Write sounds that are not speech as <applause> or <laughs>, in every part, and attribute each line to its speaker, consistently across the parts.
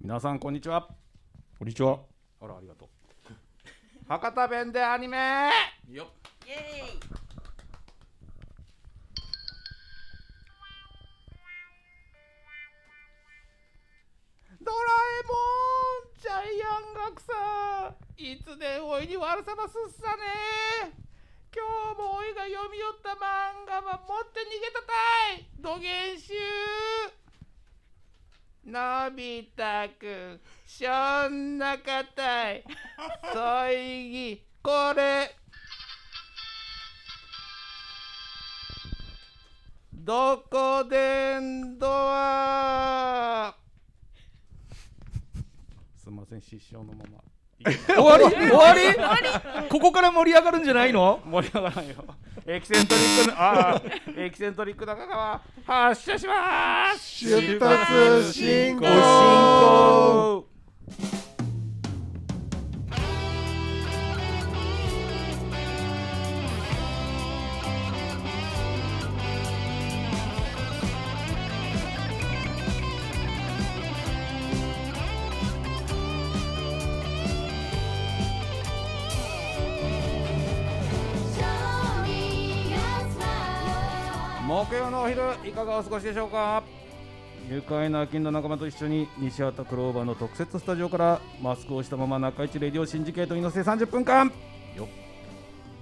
Speaker 1: 皆さんこんにちは
Speaker 2: こんにちは。
Speaker 1: あらありがとう <laughs> 博多弁でアニメ
Speaker 3: よっ
Speaker 4: イエーイ
Speaker 1: ドラえもんジャイアン学さんいつでおいに悪さばすっさね今日もおいが読み寄った漫画は持って逃げたたいどげんしゅうのび太くんしょんなかたいそいぎこれどこでんどアすみません失笑のまま
Speaker 2: 終わり終わりここから盛り上がるんじゃないの
Speaker 1: 盛り上がらんよエキセントリックなああエキセントリック中川発射します
Speaker 2: 出発進行
Speaker 1: ご進行木曜のお昼いかがお過ごしでしょうか愉快な金の仲間と一緒に西畑クローバーの特設スタジオからマスクをしたまま中市レディオシンジケートに乗せ30分間
Speaker 2: よ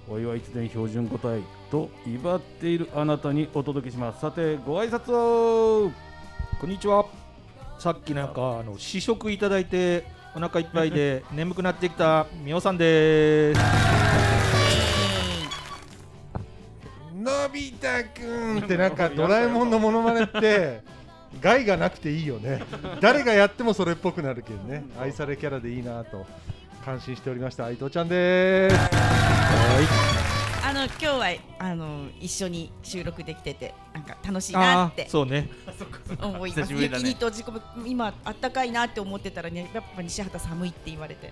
Speaker 1: お祝い一年標準答えと威張っているあなたにお届けしますさてご挨拶を
Speaker 2: こんにちは。さっきなんかあの試食いただいてお腹いっぱいで眠くなってきたみおさんです。
Speaker 5: のび太くんってなんかドラえもんのモノマネって害がなくていいよね誰がやってもそれっぽくなるけどね愛されキャラでいいなと感心しておりました伊藤ちゃんです
Speaker 4: あの今日はあの一緒に収録できててなんか楽しいな
Speaker 2: あ
Speaker 4: っ
Speaker 2: あ
Speaker 4: て
Speaker 2: そうね。
Speaker 4: 思い
Speaker 3: 久
Speaker 4: ます。
Speaker 3: しぶりだ
Speaker 4: 雪
Speaker 3: ね
Speaker 4: に閉じ込め今あったかいなって思ってたらねやっぱ西畑寒いって言わ
Speaker 2: <laughs>
Speaker 4: れて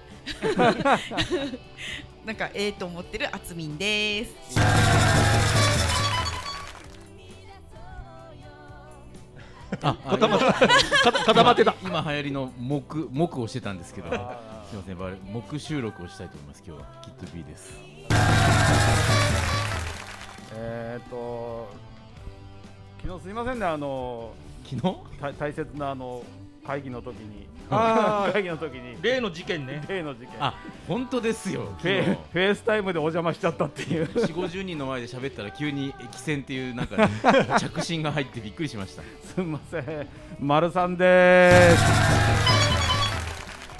Speaker 4: なんかええと思ってるあつみんです。
Speaker 3: あ
Speaker 2: 固まったか固まってた。
Speaker 3: 今流行りの木木をしてたんですけどすいませんバレ木収録をしたいと思います今日はキット B です
Speaker 1: えー、っと昨日すいませんねあの
Speaker 3: 昨日
Speaker 1: た大切なあの会議の時に
Speaker 2: あ
Speaker 1: <laughs> 会議の時に
Speaker 2: 例の事件ね。
Speaker 1: 例の事件
Speaker 3: あ本当ですよ
Speaker 1: フ
Speaker 3: 昨日
Speaker 1: ェフェイスタイムでお邪魔しちゃったっていう <laughs>
Speaker 3: 4 5 0人の前で喋ったら急に駅線っていうなんかね、着信が入ってびっくりしました
Speaker 1: すんません丸さんです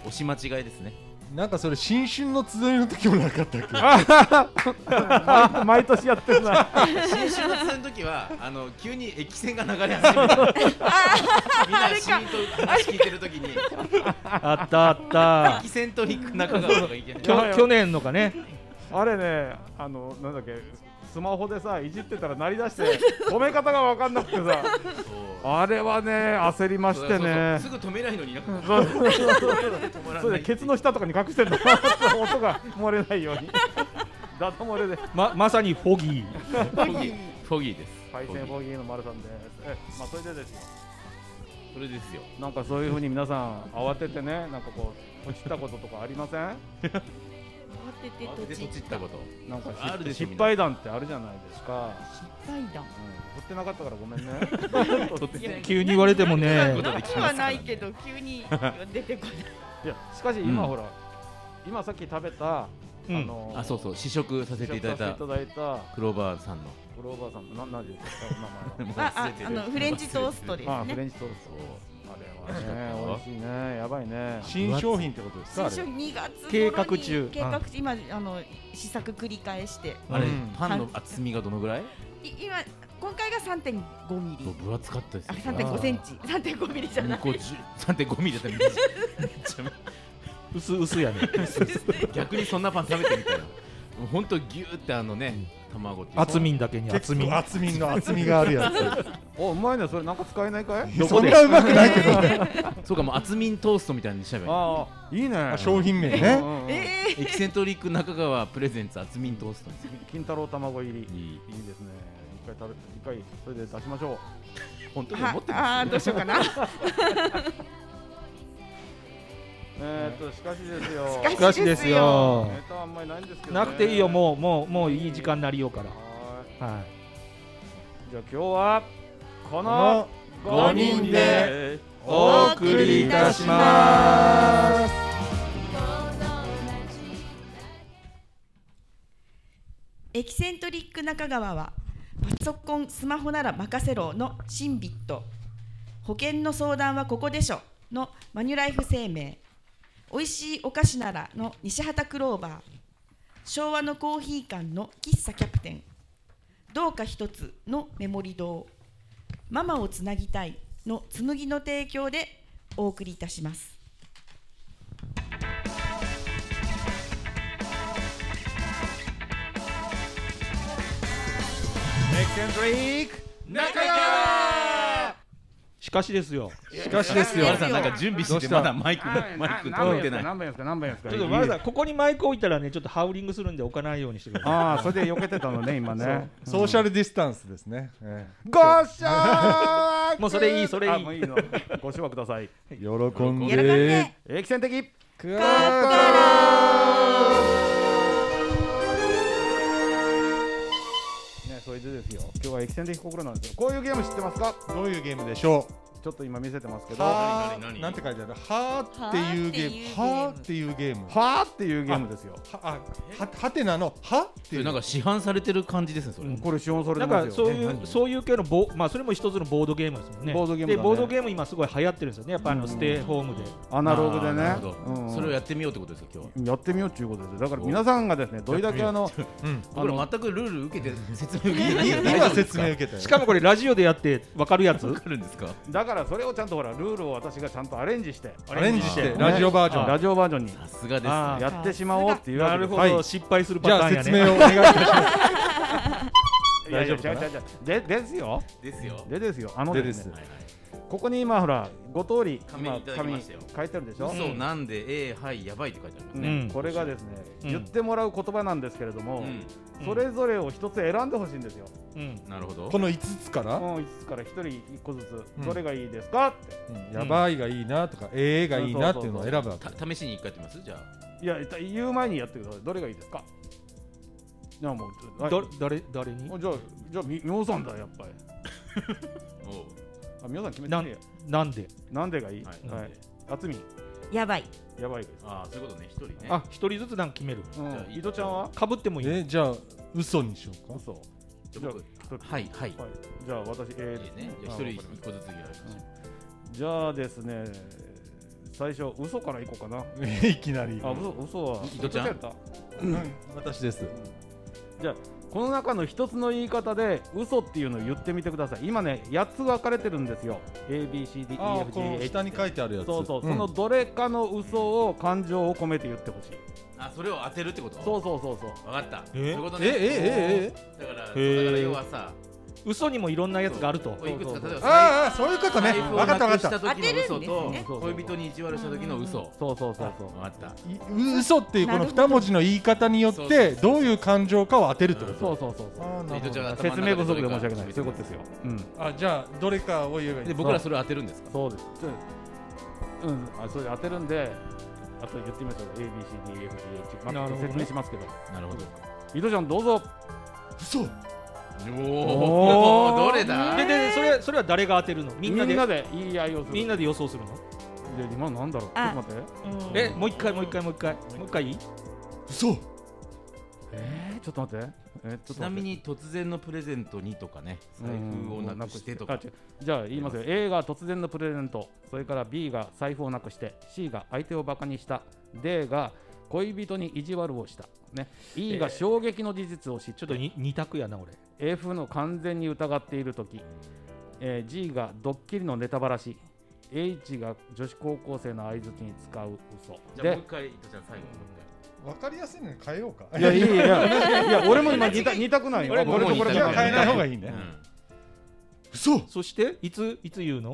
Speaker 3: 押し間違いですね
Speaker 5: なんかそれ新春の集いの時もなかったっけ
Speaker 1: 毎毎年やってるな
Speaker 3: 新春のの時はあの急に駅線が流れ始めたみんなシーンと話聞いてる時に
Speaker 2: あったあった
Speaker 3: <laughs> 駅。線とに中川がいけない
Speaker 2: きょ去年のかね。
Speaker 1: <laughs> あれねあのなんだっけスマホでさいじってたら鳴り出して止め方が分かんなくてさ
Speaker 3: そう
Speaker 1: <laughs> あれはね焦りましてね
Speaker 3: そうそうすぐ止めないのになんか
Speaker 1: そうそうそう
Speaker 3: 止まらない
Speaker 1: <laughs> それでケツの下とかに隠してんの <laughs> 音が漏れないように <laughs> ダダ漏れで
Speaker 2: ままさにフォギー。
Speaker 3: フォギーフォギーです
Speaker 1: パイセンフ
Speaker 3: フォ
Speaker 1: ォ
Speaker 3: ギ
Speaker 1: ーギーの丸さんですえまあそれでですよ
Speaker 3: ーそれですよ
Speaker 1: なんかそういうふうに皆さん慌ててねなんかこう落ちたこととかありません
Speaker 4: 慌て
Speaker 3: 慌てて
Speaker 4: て
Speaker 3: とちったこと
Speaker 1: なんかし
Speaker 3: あるでしょ
Speaker 1: 失敗談ってあるじゃないですか、
Speaker 4: 財
Speaker 1: うん、
Speaker 4: 団。
Speaker 1: 振ってなかったからごめんね
Speaker 3: 突然
Speaker 2: 急に言われてもね。
Speaker 3: な
Speaker 4: な
Speaker 3: き
Speaker 4: き
Speaker 3: は
Speaker 4: は
Speaker 3: な
Speaker 4: ないいけ
Speaker 3: け
Speaker 4: ど急に出てこない。
Speaker 1: いやしかし今
Speaker 3: うん
Speaker 1: ほら、今さっき食べた、
Speaker 2: うん
Speaker 1: あの
Speaker 3: あそうそう試食させていただい
Speaker 1: 試
Speaker 3: た
Speaker 1: 食させていただい
Speaker 3: クローバーさんの
Speaker 1: たクローバーさんな何でしたっけお名前
Speaker 3: もう
Speaker 4: あ
Speaker 3: 忘
Speaker 4: あ
Speaker 3: れてる
Speaker 4: あのフレンチトーストです
Speaker 1: はあフレ
Speaker 4: ね。
Speaker 1: ンチトース
Speaker 3: そう
Speaker 1: トあれはね美味しいねやばいね
Speaker 5: 新商品ってことですかあ
Speaker 4: 最
Speaker 5: れ
Speaker 4: 初2月頃に
Speaker 2: 計画中
Speaker 4: 計画中今あの試作繰り返して
Speaker 3: あれ
Speaker 5: うん
Speaker 3: パンの厚みがどのぐらい
Speaker 4: い今今回が3.5ミリ。
Speaker 3: 分厚かったです
Speaker 4: あ
Speaker 3: よ
Speaker 4: 3.5センチ3.5ミリじゃない。
Speaker 3: 向こう10 3.5ミリだったら短い
Speaker 2: 薄薄やね。
Speaker 3: 逆にそんなパン食べてみたいなもうほんとギューってあのね卵っていう
Speaker 2: 厚みんだけに厚
Speaker 5: 結
Speaker 2: み
Speaker 5: 構。厚みの厚みがあるや <laughs>
Speaker 1: おうまいねそれなんか使えないかい
Speaker 5: つそんなうまくないけど
Speaker 3: そうかもう厚みんトーストみたいにしちゃえばいい
Speaker 1: ああいいね
Speaker 5: あ商品名
Speaker 1: う
Speaker 5: ね
Speaker 1: んうんうん
Speaker 4: ええ
Speaker 3: エキセントリック中川プレゼンツ厚みんトーストにする
Speaker 1: 金太郎卵入りいい
Speaker 3: いい
Speaker 1: ですね一回食べ一回それで出しましょう
Speaker 3: 本当に
Speaker 4: は
Speaker 3: 思って
Speaker 4: あ
Speaker 3: ま
Speaker 4: ーどうしようかな。
Speaker 1: えーっとしかしですよ
Speaker 4: し
Speaker 2: しかしですよ
Speaker 1: ネタはあんまりないんですけどね
Speaker 2: なくていいよもうもうもういい時間になりようか
Speaker 1: は
Speaker 2: らはい
Speaker 1: いじゃあ今日はこの
Speaker 2: 五
Speaker 1: 5
Speaker 2: 人
Speaker 1: 人
Speaker 2: で
Speaker 1: で
Speaker 2: お
Speaker 4: お
Speaker 2: 送
Speaker 4: 送
Speaker 2: り
Speaker 4: り
Speaker 2: い
Speaker 4: い
Speaker 2: た
Speaker 4: た
Speaker 2: し
Speaker 4: し
Speaker 2: ま
Speaker 4: ます <laughs> エキセントリック中川はパソコンスマホなら任せろのシンビット保険の相談はここでしょのマニュライフ生命おいしいお菓子ならの西畑クローバー昭和のコーヒー館の喫茶キャプテンどうか一つのメモリ堂ママをつなぎたいの紬の提供でお送りいたします
Speaker 3: 中川
Speaker 2: しかしですよ
Speaker 3: し
Speaker 2: かしですよ
Speaker 3: さんなんか準備してまだマイクマイク届いてない
Speaker 1: 何番ですか何番ですか
Speaker 2: ちょっと和田さんここにマイク置いたらねちょっとハウリングするんで置かないようにしてください
Speaker 1: ああそれで避けてたのね今ね
Speaker 5: ソーシャルディスタンスですね、え
Speaker 1: <laughs> ご賞味
Speaker 2: もうそれいいそれいい
Speaker 1: あもういいのご賞味ください
Speaker 5: え喜ん
Speaker 4: 喜んで
Speaker 5: で
Speaker 1: エキセン的
Speaker 5: く
Speaker 1: ね、それでですよ。今日は駅伝的心なんですよ。こういうゲーム知ってますか？
Speaker 5: どういうゲームでしょ
Speaker 1: ちょっと今見せてますけ
Speaker 5: う
Speaker 1: ど、は
Speaker 5: はー
Speaker 3: 何何
Speaker 5: なんて書いてあるはーっていうゲームは
Speaker 4: は
Speaker 5: ーっていうゲームは
Speaker 1: あっていうゲームですよ。
Speaker 5: あははてなのはっていう
Speaker 3: なんか市販されてる感じですねそれ、
Speaker 1: これ資本され
Speaker 2: な
Speaker 1: て
Speaker 2: ん
Speaker 1: ます
Speaker 2: か
Speaker 1: よ。
Speaker 2: そうい
Speaker 5: ね
Speaker 2: う
Speaker 5: 何
Speaker 2: そういう系のボまあそれも一つのボードゲームですもんね
Speaker 1: ボードゲームだね
Speaker 2: でボードゲーム今すごい流行ってるんですよねやっぱあのステイホームで
Speaker 1: アナログで
Speaker 3: あー
Speaker 1: ね
Speaker 3: なるほ。
Speaker 1: う
Speaker 3: ど
Speaker 1: んうん
Speaker 3: それをやってみようってことですか今日は
Speaker 1: やってみようっていうことですよ。だから皆さんがですね、どれだけあの、あ
Speaker 3: 僕
Speaker 1: の
Speaker 3: ら全くルール受けて説明受けない
Speaker 5: 今説明受けたよ
Speaker 2: しかもこれラジオでやってわかる
Speaker 3: <laughs>
Speaker 2: やつ
Speaker 3: あるんですか
Speaker 1: だからそれをちゃんとほらルールを私がちゃんとアレンジして、
Speaker 5: アレンジして
Speaker 1: ね
Speaker 5: ラジオバージョン
Speaker 1: ラジオバージョンに
Speaker 3: さすがです
Speaker 2: あ
Speaker 1: やってしまおうっていうわ
Speaker 2: な
Speaker 1: け
Speaker 2: る
Speaker 1: です
Speaker 2: ほ
Speaker 1: よ。
Speaker 2: ど、
Speaker 5: はい
Speaker 2: 失敗する
Speaker 5: じゃ
Speaker 2: パタ
Speaker 5: あ
Speaker 2: ーンやね
Speaker 5: 説明をお願いしま
Speaker 1: い
Speaker 5: す
Speaker 1: やいや
Speaker 5: 大丈夫かな
Speaker 1: 違う違う違うでですよ。
Speaker 3: ですよ
Speaker 1: でですよ。あの
Speaker 5: で
Speaker 1: で
Speaker 5: ですす
Speaker 1: ね、ここに今ほら五通り
Speaker 3: 紙いただきましたよ
Speaker 1: 今紙書いてあるでしょ。
Speaker 3: 嘘、なんでえー、はいやばいって書いてあります
Speaker 1: う
Speaker 3: ね、
Speaker 1: んこれがですね、
Speaker 2: うん
Speaker 1: 言ってもらう言葉なんですけれども、それぞれを一つ選んでほしいんですよ、
Speaker 2: うん
Speaker 3: うんなるほど
Speaker 5: この5つから、
Speaker 1: もう5つから1人1個ずつ、
Speaker 5: うん
Speaker 1: どれがいいですかっ
Speaker 5: うんやばいがいいなとか、ええがいいなっていうのを選ぶわけ
Speaker 3: た試しに一回やってみますじゃあ
Speaker 1: ていや言う前にやってくださいどれがいいですかじゃあもう、はい
Speaker 2: だ誰誰に
Speaker 1: じゃあじゃあみみおさんだやっぱり
Speaker 3: おう
Speaker 1: あみおさん決めて
Speaker 2: な
Speaker 1: ねえ
Speaker 2: ん
Speaker 1: よ
Speaker 2: なんで
Speaker 1: なんでがいい、
Speaker 3: はい
Speaker 1: はいあつみ
Speaker 4: やばい
Speaker 1: やばいです
Speaker 3: ああそういうことね一人ね
Speaker 2: あ一人ずつなんか決める
Speaker 1: うん
Speaker 3: じゃあ
Speaker 1: 伊藤ちゃんは
Speaker 2: かぶってもいい
Speaker 5: えじゃあ嘘にしようか
Speaker 1: 嘘
Speaker 3: じゃあ僕
Speaker 1: じゃあ
Speaker 3: はいはい、
Speaker 1: はいじゃあ私え
Speaker 3: いい
Speaker 1: ー
Speaker 3: ですねじゃあ
Speaker 1: あ
Speaker 3: 一人一
Speaker 1: わかりま
Speaker 3: 個ずつやりましょう
Speaker 1: じゃあですね最初嘘からいこうかな
Speaker 5: いきなり
Speaker 1: あ嘘嘘は
Speaker 3: 伊藤ちゃん
Speaker 1: やった
Speaker 5: 私です
Speaker 1: この中の一つの言い方で嘘っていうのを言ってみてください今ね8つ分かれてるんですよ ABCDEFG
Speaker 5: この下に書いてあるやつ
Speaker 1: そうそう、
Speaker 5: ん
Speaker 1: そのどれかの嘘を感情を込めて言ってほしい
Speaker 3: あそれを当てるってこと
Speaker 1: そうそうそうそう
Speaker 3: うわかったそう
Speaker 2: え
Speaker 3: いうこと
Speaker 5: え
Speaker 3: ね
Speaker 5: ええええ
Speaker 3: だからだか
Speaker 2: へえ
Speaker 3: ら要はさ
Speaker 2: 嘘にもいろんなやつがあると
Speaker 3: こういくつか例えば
Speaker 5: ああそういうことね
Speaker 3: 財布を
Speaker 5: わかったわかっ
Speaker 3: なくしたた時の嘘
Speaker 4: 当
Speaker 3: と
Speaker 4: てるんですね
Speaker 3: 恋人に意地悪した時の嘘
Speaker 1: そうそうそうそう
Speaker 3: わかった
Speaker 5: いう嘘っていうこの二文字の言い方によっ
Speaker 3: そうそう
Speaker 5: て
Speaker 3: そう
Speaker 5: どういう感情かを当てるってこと
Speaker 1: そうそうそうそう
Speaker 5: あーな
Speaker 3: 伊
Speaker 5: るほ
Speaker 3: 藤ちゃん
Speaker 1: 説
Speaker 5: ど
Speaker 3: が頭の
Speaker 1: 明
Speaker 3: 中
Speaker 1: 不足で
Speaker 3: ど
Speaker 1: 申し
Speaker 3: れか
Speaker 1: 訳ないそういうことですようん
Speaker 5: あじゃあどれかを言えばいい
Speaker 3: で僕らそれを当てるんですか
Speaker 1: そうですうんうんあそれ当てるんであと言ってみましょう ABCDEFG ま
Speaker 2: なる
Speaker 1: た
Speaker 2: ほどね
Speaker 1: 説明しますけど
Speaker 3: なるほど
Speaker 1: 伊藤ちゃんどうぞ
Speaker 5: 嘘
Speaker 3: お
Speaker 1: おー
Speaker 3: おどれだ
Speaker 2: ででそれそれは誰が当てるの
Speaker 1: み
Speaker 2: みん
Speaker 1: ん
Speaker 2: な
Speaker 1: な
Speaker 2: でみん
Speaker 1: で言
Speaker 2: なで
Speaker 1: い合いをする
Speaker 2: 予想するの
Speaker 1: で今なんだろうちょっ
Speaker 4: あ
Speaker 1: と待って
Speaker 4: うん
Speaker 2: えもう一回もう一回もう一回もう一回いい
Speaker 5: 嘘
Speaker 1: えーちょっと待って。えーちょっと待って
Speaker 3: ちなみに突然のプレゼントにとかね財布をなくしてと
Speaker 1: あ
Speaker 3: か
Speaker 1: ちょじゃあ言いますよ A が突然のプレゼントそれから B が財布をなくして C が相手をバカにした D が恋人に意地悪をした、ね、E が衝撃の事実を知っ
Speaker 2: ち
Speaker 1: ち
Speaker 2: ょっとに二択やな俺
Speaker 1: F の完全に疑っている時、えー G がドッキリのネタばらし H が女子高校生の相づちに使う嘘
Speaker 3: じゃ
Speaker 1: で
Speaker 3: あもう一回伊藤ちゃん最後もう一回
Speaker 5: わかりやすいのに変えようか
Speaker 1: いやいやいやいや俺も今似た似たくないよ
Speaker 2: 俺も
Speaker 1: 俺とこ
Speaker 3: 俺も
Speaker 1: れ
Speaker 3: 似
Speaker 5: じ
Speaker 3: た
Speaker 1: と
Speaker 5: ゃあ
Speaker 3: く
Speaker 5: 変えない方がいい
Speaker 3: うん
Speaker 5: ね
Speaker 3: は
Speaker 5: 嘘
Speaker 2: そしていついつ言うの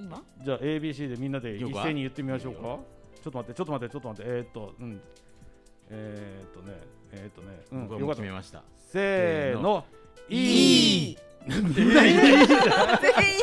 Speaker 3: い
Speaker 4: 今
Speaker 1: じゃあ ABC でみんなで
Speaker 3: いいよ
Speaker 1: 一
Speaker 3: か
Speaker 1: 斉に言ってみましょう
Speaker 3: いい
Speaker 1: か。ちょっと待って、ちょっと待って、ちょっと待って、えー、っと、うん。えー、っとね、えー、っとね、うん、
Speaker 3: 僕は
Speaker 1: よ
Speaker 3: も
Speaker 1: かっ
Speaker 3: う
Speaker 1: た
Speaker 3: 決。めました
Speaker 1: せーの、
Speaker 3: い
Speaker 1: いい
Speaker 3: い
Speaker 4: 全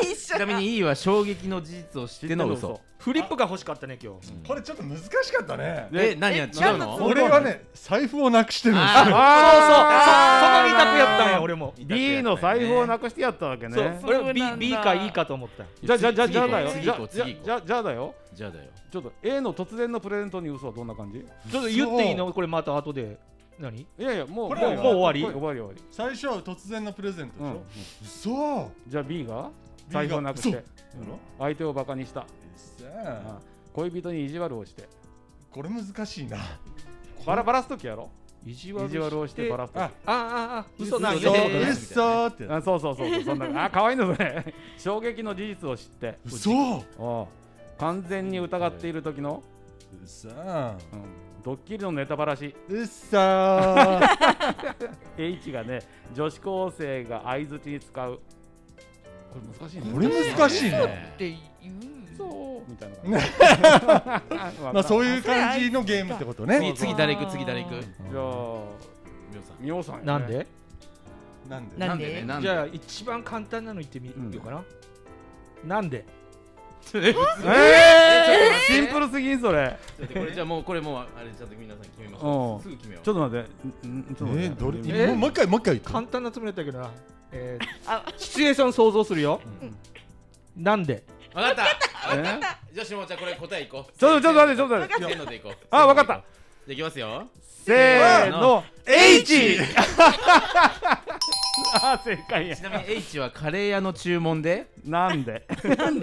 Speaker 4: 員一
Speaker 3: ち
Speaker 4: 緒
Speaker 3: なみに E は衝撃の事実を知っての嘘
Speaker 2: フリップが欲しかったね今日
Speaker 5: これちょっと難しかったね
Speaker 3: え何や違うの
Speaker 4: え
Speaker 5: 俺はね財布をなくしてるんですよ
Speaker 2: ああそうそうその二択やったんや俺も
Speaker 1: B の財布をなくしてやったわけね
Speaker 2: そう俺も B,
Speaker 4: そうなんだ
Speaker 2: B か E かと思った
Speaker 1: じゃあじゃあじゃあじ
Speaker 3: 次
Speaker 1: ゃあだよ
Speaker 3: 次
Speaker 1: じゃ
Speaker 3: 行こう
Speaker 1: じゃ
Speaker 3: 次行こう
Speaker 1: じゃじゃあだよ
Speaker 3: じゃあだよ
Speaker 1: ちょっと A の突然のプレゼントに嘘はどんな感じ
Speaker 2: ちょっと言っていいのこれまた後で何
Speaker 1: いやいやもう
Speaker 5: これは
Speaker 1: もう
Speaker 5: もう
Speaker 2: 終わり
Speaker 1: もう終わり終わり
Speaker 5: 最初は突然のプレゼントでし
Speaker 1: うん
Speaker 5: ょ嘘
Speaker 1: じゃあ B が財布をなくして相手をバカにした
Speaker 5: 嘘
Speaker 1: うん恋人に意地悪をして
Speaker 5: これ難しいな
Speaker 1: バラバラすときやろ
Speaker 2: 意地
Speaker 1: 意地悪をしてバラすとき
Speaker 5: あ
Speaker 2: あああ嘘なん
Speaker 3: 嘘
Speaker 2: よ
Speaker 3: 嘘
Speaker 2: え
Speaker 5: 嘘って
Speaker 1: あそうそうそうそうそんなあ可愛いの
Speaker 5: <laughs>
Speaker 1: ね衝撃の事実を知って
Speaker 5: 嘘
Speaker 1: おう完全に疑っている時の、
Speaker 5: 嘘
Speaker 1: うん、ドッキリのネタばらし
Speaker 5: <laughs> 嘘
Speaker 1: H がね女子高生が相づちに使うこれ難しいね
Speaker 5: これ難しいね
Speaker 3: ね
Speaker 4: って言う
Speaker 1: そうみたいな感じ
Speaker 5: <laughs> まあそう
Speaker 1: う
Speaker 5: いう感じのゲームってことね
Speaker 3: 次次誰行く次誰行く
Speaker 1: じゃあ
Speaker 3: みおさん
Speaker 1: みおさんやね
Speaker 2: なんで
Speaker 5: なんで
Speaker 4: なんで
Speaker 3: ねなん
Speaker 2: じ
Speaker 3: で
Speaker 2: ゃあ一番簡単なの言ってみようかななんで
Speaker 1: えー、シンプルすぎんそれ
Speaker 3: ちょっとこれじゃあもうこれもうあれちゃんと皆さん決めまし
Speaker 1: う
Speaker 3: ょ
Speaker 1: ん
Speaker 3: うすぐ決めよう
Speaker 1: ちょっと待ってんんちょっと待
Speaker 5: え
Speaker 1: っ
Speaker 5: ー
Speaker 1: て
Speaker 5: どれ
Speaker 2: え
Speaker 5: もうもう一回もう一回言っ
Speaker 2: 簡
Speaker 5: て
Speaker 2: 単なつもりだったけどなえー
Speaker 4: <laughs> あ
Speaker 2: シチュエーション想像するよなんで
Speaker 3: 分かった
Speaker 1: えー
Speaker 3: じゃあしもちゃんこれ答えいこう
Speaker 1: ちょっとちょっと待ってちょっと待って
Speaker 3: せーのでいこう
Speaker 1: あわかった
Speaker 3: じゃあいきますよ
Speaker 1: せーの
Speaker 2: H
Speaker 1: <laughs> あー正解や
Speaker 3: ちなみに H はカレー屋の注
Speaker 1: <laughs>
Speaker 3: 文で
Speaker 1: なんでなん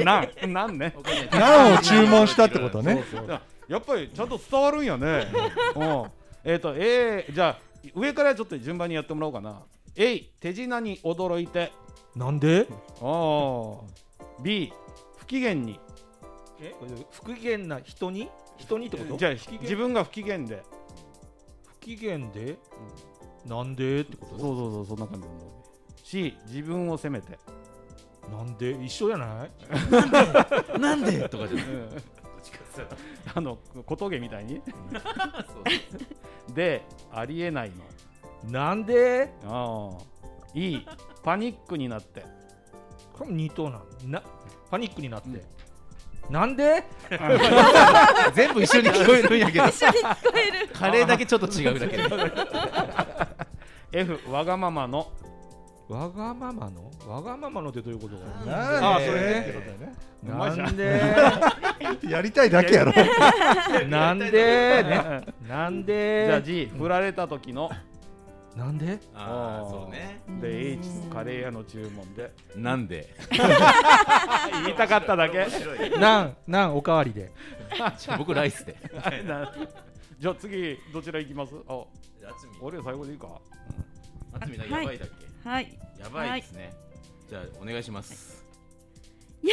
Speaker 1: なんね
Speaker 3: わかんない
Speaker 5: 何を注文したって <laughs> ことね
Speaker 1: やっぱりちゃんと伝わるんやねうんえっ、と A じゃあ上からちょっと順番にやってもらおうかな A 手品に驚いて
Speaker 2: なんで
Speaker 1: あ B 不機嫌に
Speaker 2: え不機嫌な人に人にってこと
Speaker 1: じゃあ
Speaker 2: 不機嫌
Speaker 1: 自分が不機嫌で
Speaker 2: 不機嫌でなんでってこ
Speaker 1: そうそうそうそんな感じの C 自分を責めて、
Speaker 2: となんで一緒じゃない
Speaker 3: なんでとかじゃない
Speaker 1: あの小峠みたいに
Speaker 3: そう
Speaker 1: でありえないの
Speaker 2: なんで
Speaker 1: ああ E パニックになって
Speaker 2: これ二等なのなパニックになって、なんで
Speaker 3: 全部一緒に聞こえるんやけど
Speaker 4: 一緒に聞こえる
Speaker 3: カレーだけちょっと違うだけで
Speaker 1: F わがままの
Speaker 2: わがままのわがままのってどういうこと
Speaker 5: なん
Speaker 2: あそれね
Speaker 1: うまいじゃん
Speaker 2: なんで
Speaker 5: やりたいだけやろ
Speaker 2: <laughs> なんでねなん
Speaker 1: じゃあ
Speaker 2: で
Speaker 1: G 振られた時の
Speaker 2: なんで
Speaker 3: ああそうね
Speaker 1: で H カレー屋の注文で
Speaker 3: なんで
Speaker 1: <laughs> 言いたかっただけ
Speaker 2: なんなんおかわりで
Speaker 3: 僕ライスで
Speaker 1: <laughs> じゃあ次どちら行きますあ
Speaker 3: あつみ
Speaker 1: 俺最後でいいか
Speaker 3: あつみだやばいだっけ
Speaker 6: はい。
Speaker 3: やばいですねじゃあお願いします
Speaker 6: や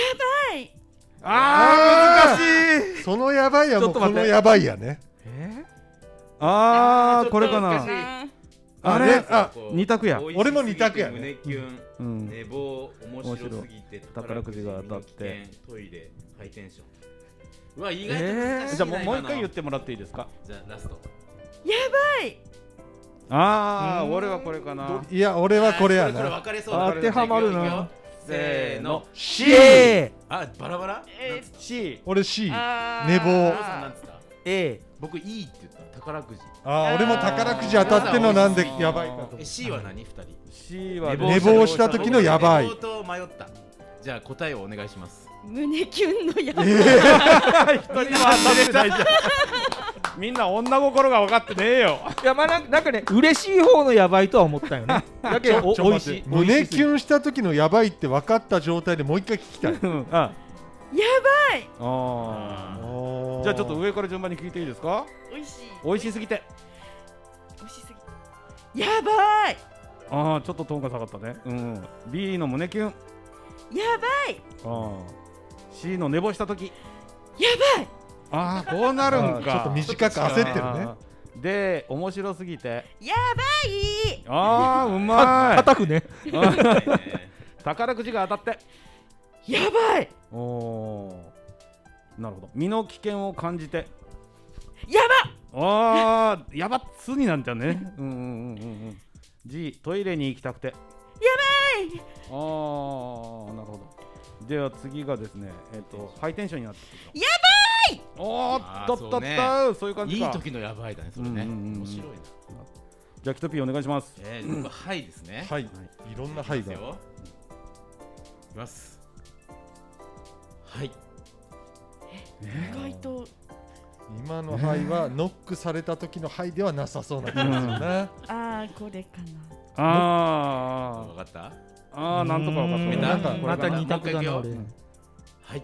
Speaker 6: ばい。
Speaker 1: あー難しい
Speaker 5: そのやばいやもうこのやばいやね
Speaker 2: え
Speaker 1: あーこれか
Speaker 6: どう
Speaker 1: な
Speaker 6: な。
Speaker 1: あれあ二択や
Speaker 3: 美味しすぎて
Speaker 5: 俺も二択やね
Speaker 3: 胸キュン
Speaker 1: うん
Speaker 3: 寝坊面白すぎて
Speaker 1: 宝くじが当たって
Speaker 3: 身の危険トイレハイテンションうわ意外と難しいな
Speaker 1: じゃあもうもう一
Speaker 3: 今の
Speaker 1: 回言ってもらっていいですか
Speaker 3: じゃあラスト
Speaker 6: やばい。
Speaker 1: ああ俺はこれかない
Speaker 5: や俺はこれや
Speaker 3: これ
Speaker 5: な
Speaker 3: 分かれそうだ
Speaker 2: 当てはまる
Speaker 3: いくよいく
Speaker 2: な
Speaker 3: よせーの
Speaker 5: C
Speaker 2: え
Speaker 3: あバラバラ
Speaker 6: え
Speaker 1: C
Speaker 5: 俺 C
Speaker 6: あ
Speaker 5: 寝
Speaker 3: お
Speaker 5: 坊
Speaker 3: 父さんなんつった
Speaker 2: え
Speaker 3: 僕 E って言った宝くじ
Speaker 5: あー俺も宝くじ当たってのなんでやばいかと
Speaker 3: え C は何二人
Speaker 1: C は
Speaker 5: 寝坊した時のやばい
Speaker 3: 僕寝坊と迷ったじゃあ答えをお願いします
Speaker 6: ー胸キュンのやばい。
Speaker 1: 一人は当たってないじゃんみんな女心が分かってねえよ
Speaker 2: えいやまあなんかなんかね嬉しい方のやばいとは思った
Speaker 1: <laughs>
Speaker 2: よねだけど
Speaker 5: ちょ
Speaker 2: お
Speaker 5: 待
Speaker 2: おい
Speaker 5: って
Speaker 2: しい
Speaker 5: 胸キュンした時のやばいって分かった状態でもう一回聞きたい
Speaker 1: あ
Speaker 6: やばい。
Speaker 1: あー
Speaker 5: じ
Speaker 1: じゃあちょっと上から順番に聞いていいですか
Speaker 6: 美味しい。
Speaker 1: 美味しすぎて
Speaker 6: 美味しすぎ。やばい。
Speaker 1: ああちょっとトーンが下がったねうん B の胸キュン
Speaker 6: やばい。
Speaker 1: あ C の寝坊した時
Speaker 6: やばい。
Speaker 1: ああこうなるんか
Speaker 5: ちょっと短く焦ってるね
Speaker 1: あーで面白すぎて
Speaker 6: やばい。
Speaker 1: ああうま
Speaker 2: 叩くね
Speaker 1: いうん
Speaker 3: はいね
Speaker 1: 宝くじが当たって
Speaker 6: やばい。
Speaker 1: おおーなるほど身の危険を感じて
Speaker 6: や
Speaker 1: ああ <laughs> やばっつになんじゃねうんうんうんうんうん G トイレに行きたくて
Speaker 6: ば
Speaker 1: あーなるほどでは次がですねえっ、とハイテンションになってくる
Speaker 6: や
Speaker 1: ばいおーっとっとっと
Speaker 3: あーそうね
Speaker 1: そういう感じ
Speaker 3: い
Speaker 1: か
Speaker 3: い時のやばいだねそれね
Speaker 1: うんうんうんうん
Speaker 3: 面白いな
Speaker 1: じゃあキトピーお願いします
Speaker 3: えー僕はいですね
Speaker 5: はい、いろんなはい
Speaker 3: きます
Speaker 5: が。
Speaker 3: よいきますはい
Speaker 6: 意外と
Speaker 5: 今のはいはノックされた時のはいではなさそうな気がするな。
Speaker 6: ああこれか
Speaker 1: あ
Speaker 3: 分かった
Speaker 1: ーあーなんとかわか
Speaker 5: う
Speaker 1: っ
Speaker 5: ん
Speaker 1: た
Speaker 5: なんか
Speaker 2: また二択だな
Speaker 3: もう一
Speaker 2: 俺
Speaker 3: はい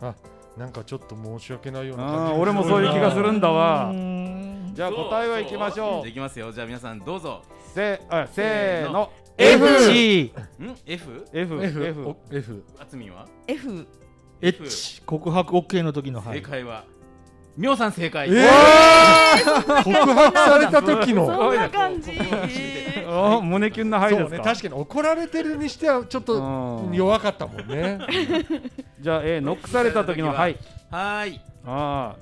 Speaker 5: あ、なんかちょっと申し訳ないような感じが
Speaker 1: あー
Speaker 5: するな。
Speaker 1: 俺もそういう気がする
Speaker 5: <laughs>
Speaker 1: んだわ
Speaker 2: うん
Speaker 1: じゃあ答えはいきましょ
Speaker 3: じゃあ
Speaker 1: う
Speaker 3: いきますよじゃあ皆さんどうぞ
Speaker 1: せあせーの
Speaker 2: F
Speaker 3: ん
Speaker 5: F
Speaker 3: F?
Speaker 1: FF
Speaker 5: F F
Speaker 3: あつみんは
Speaker 6: な F
Speaker 2: H 告白 OK の時のは
Speaker 3: 正
Speaker 2: い
Speaker 3: 解はみょうさん正解
Speaker 5: えー、告白された時の。
Speaker 6: そんな感じ
Speaker 1: あー胸キュンなはいで
Speaker 5: そう
Speaker 1: す
Speaker 5: ね、
Speaker 1: か
Speaker 5: 確かに怒られてるにしてはちょっと
Speaker 1: うん
Speaker 5: 弱かったもん
Speaker 1: <laughs>
Speaker 5: ね。
Speaker 1: じゃあ A ノックされた時のはい
Speaker 3: はーい
Speaker 1: あ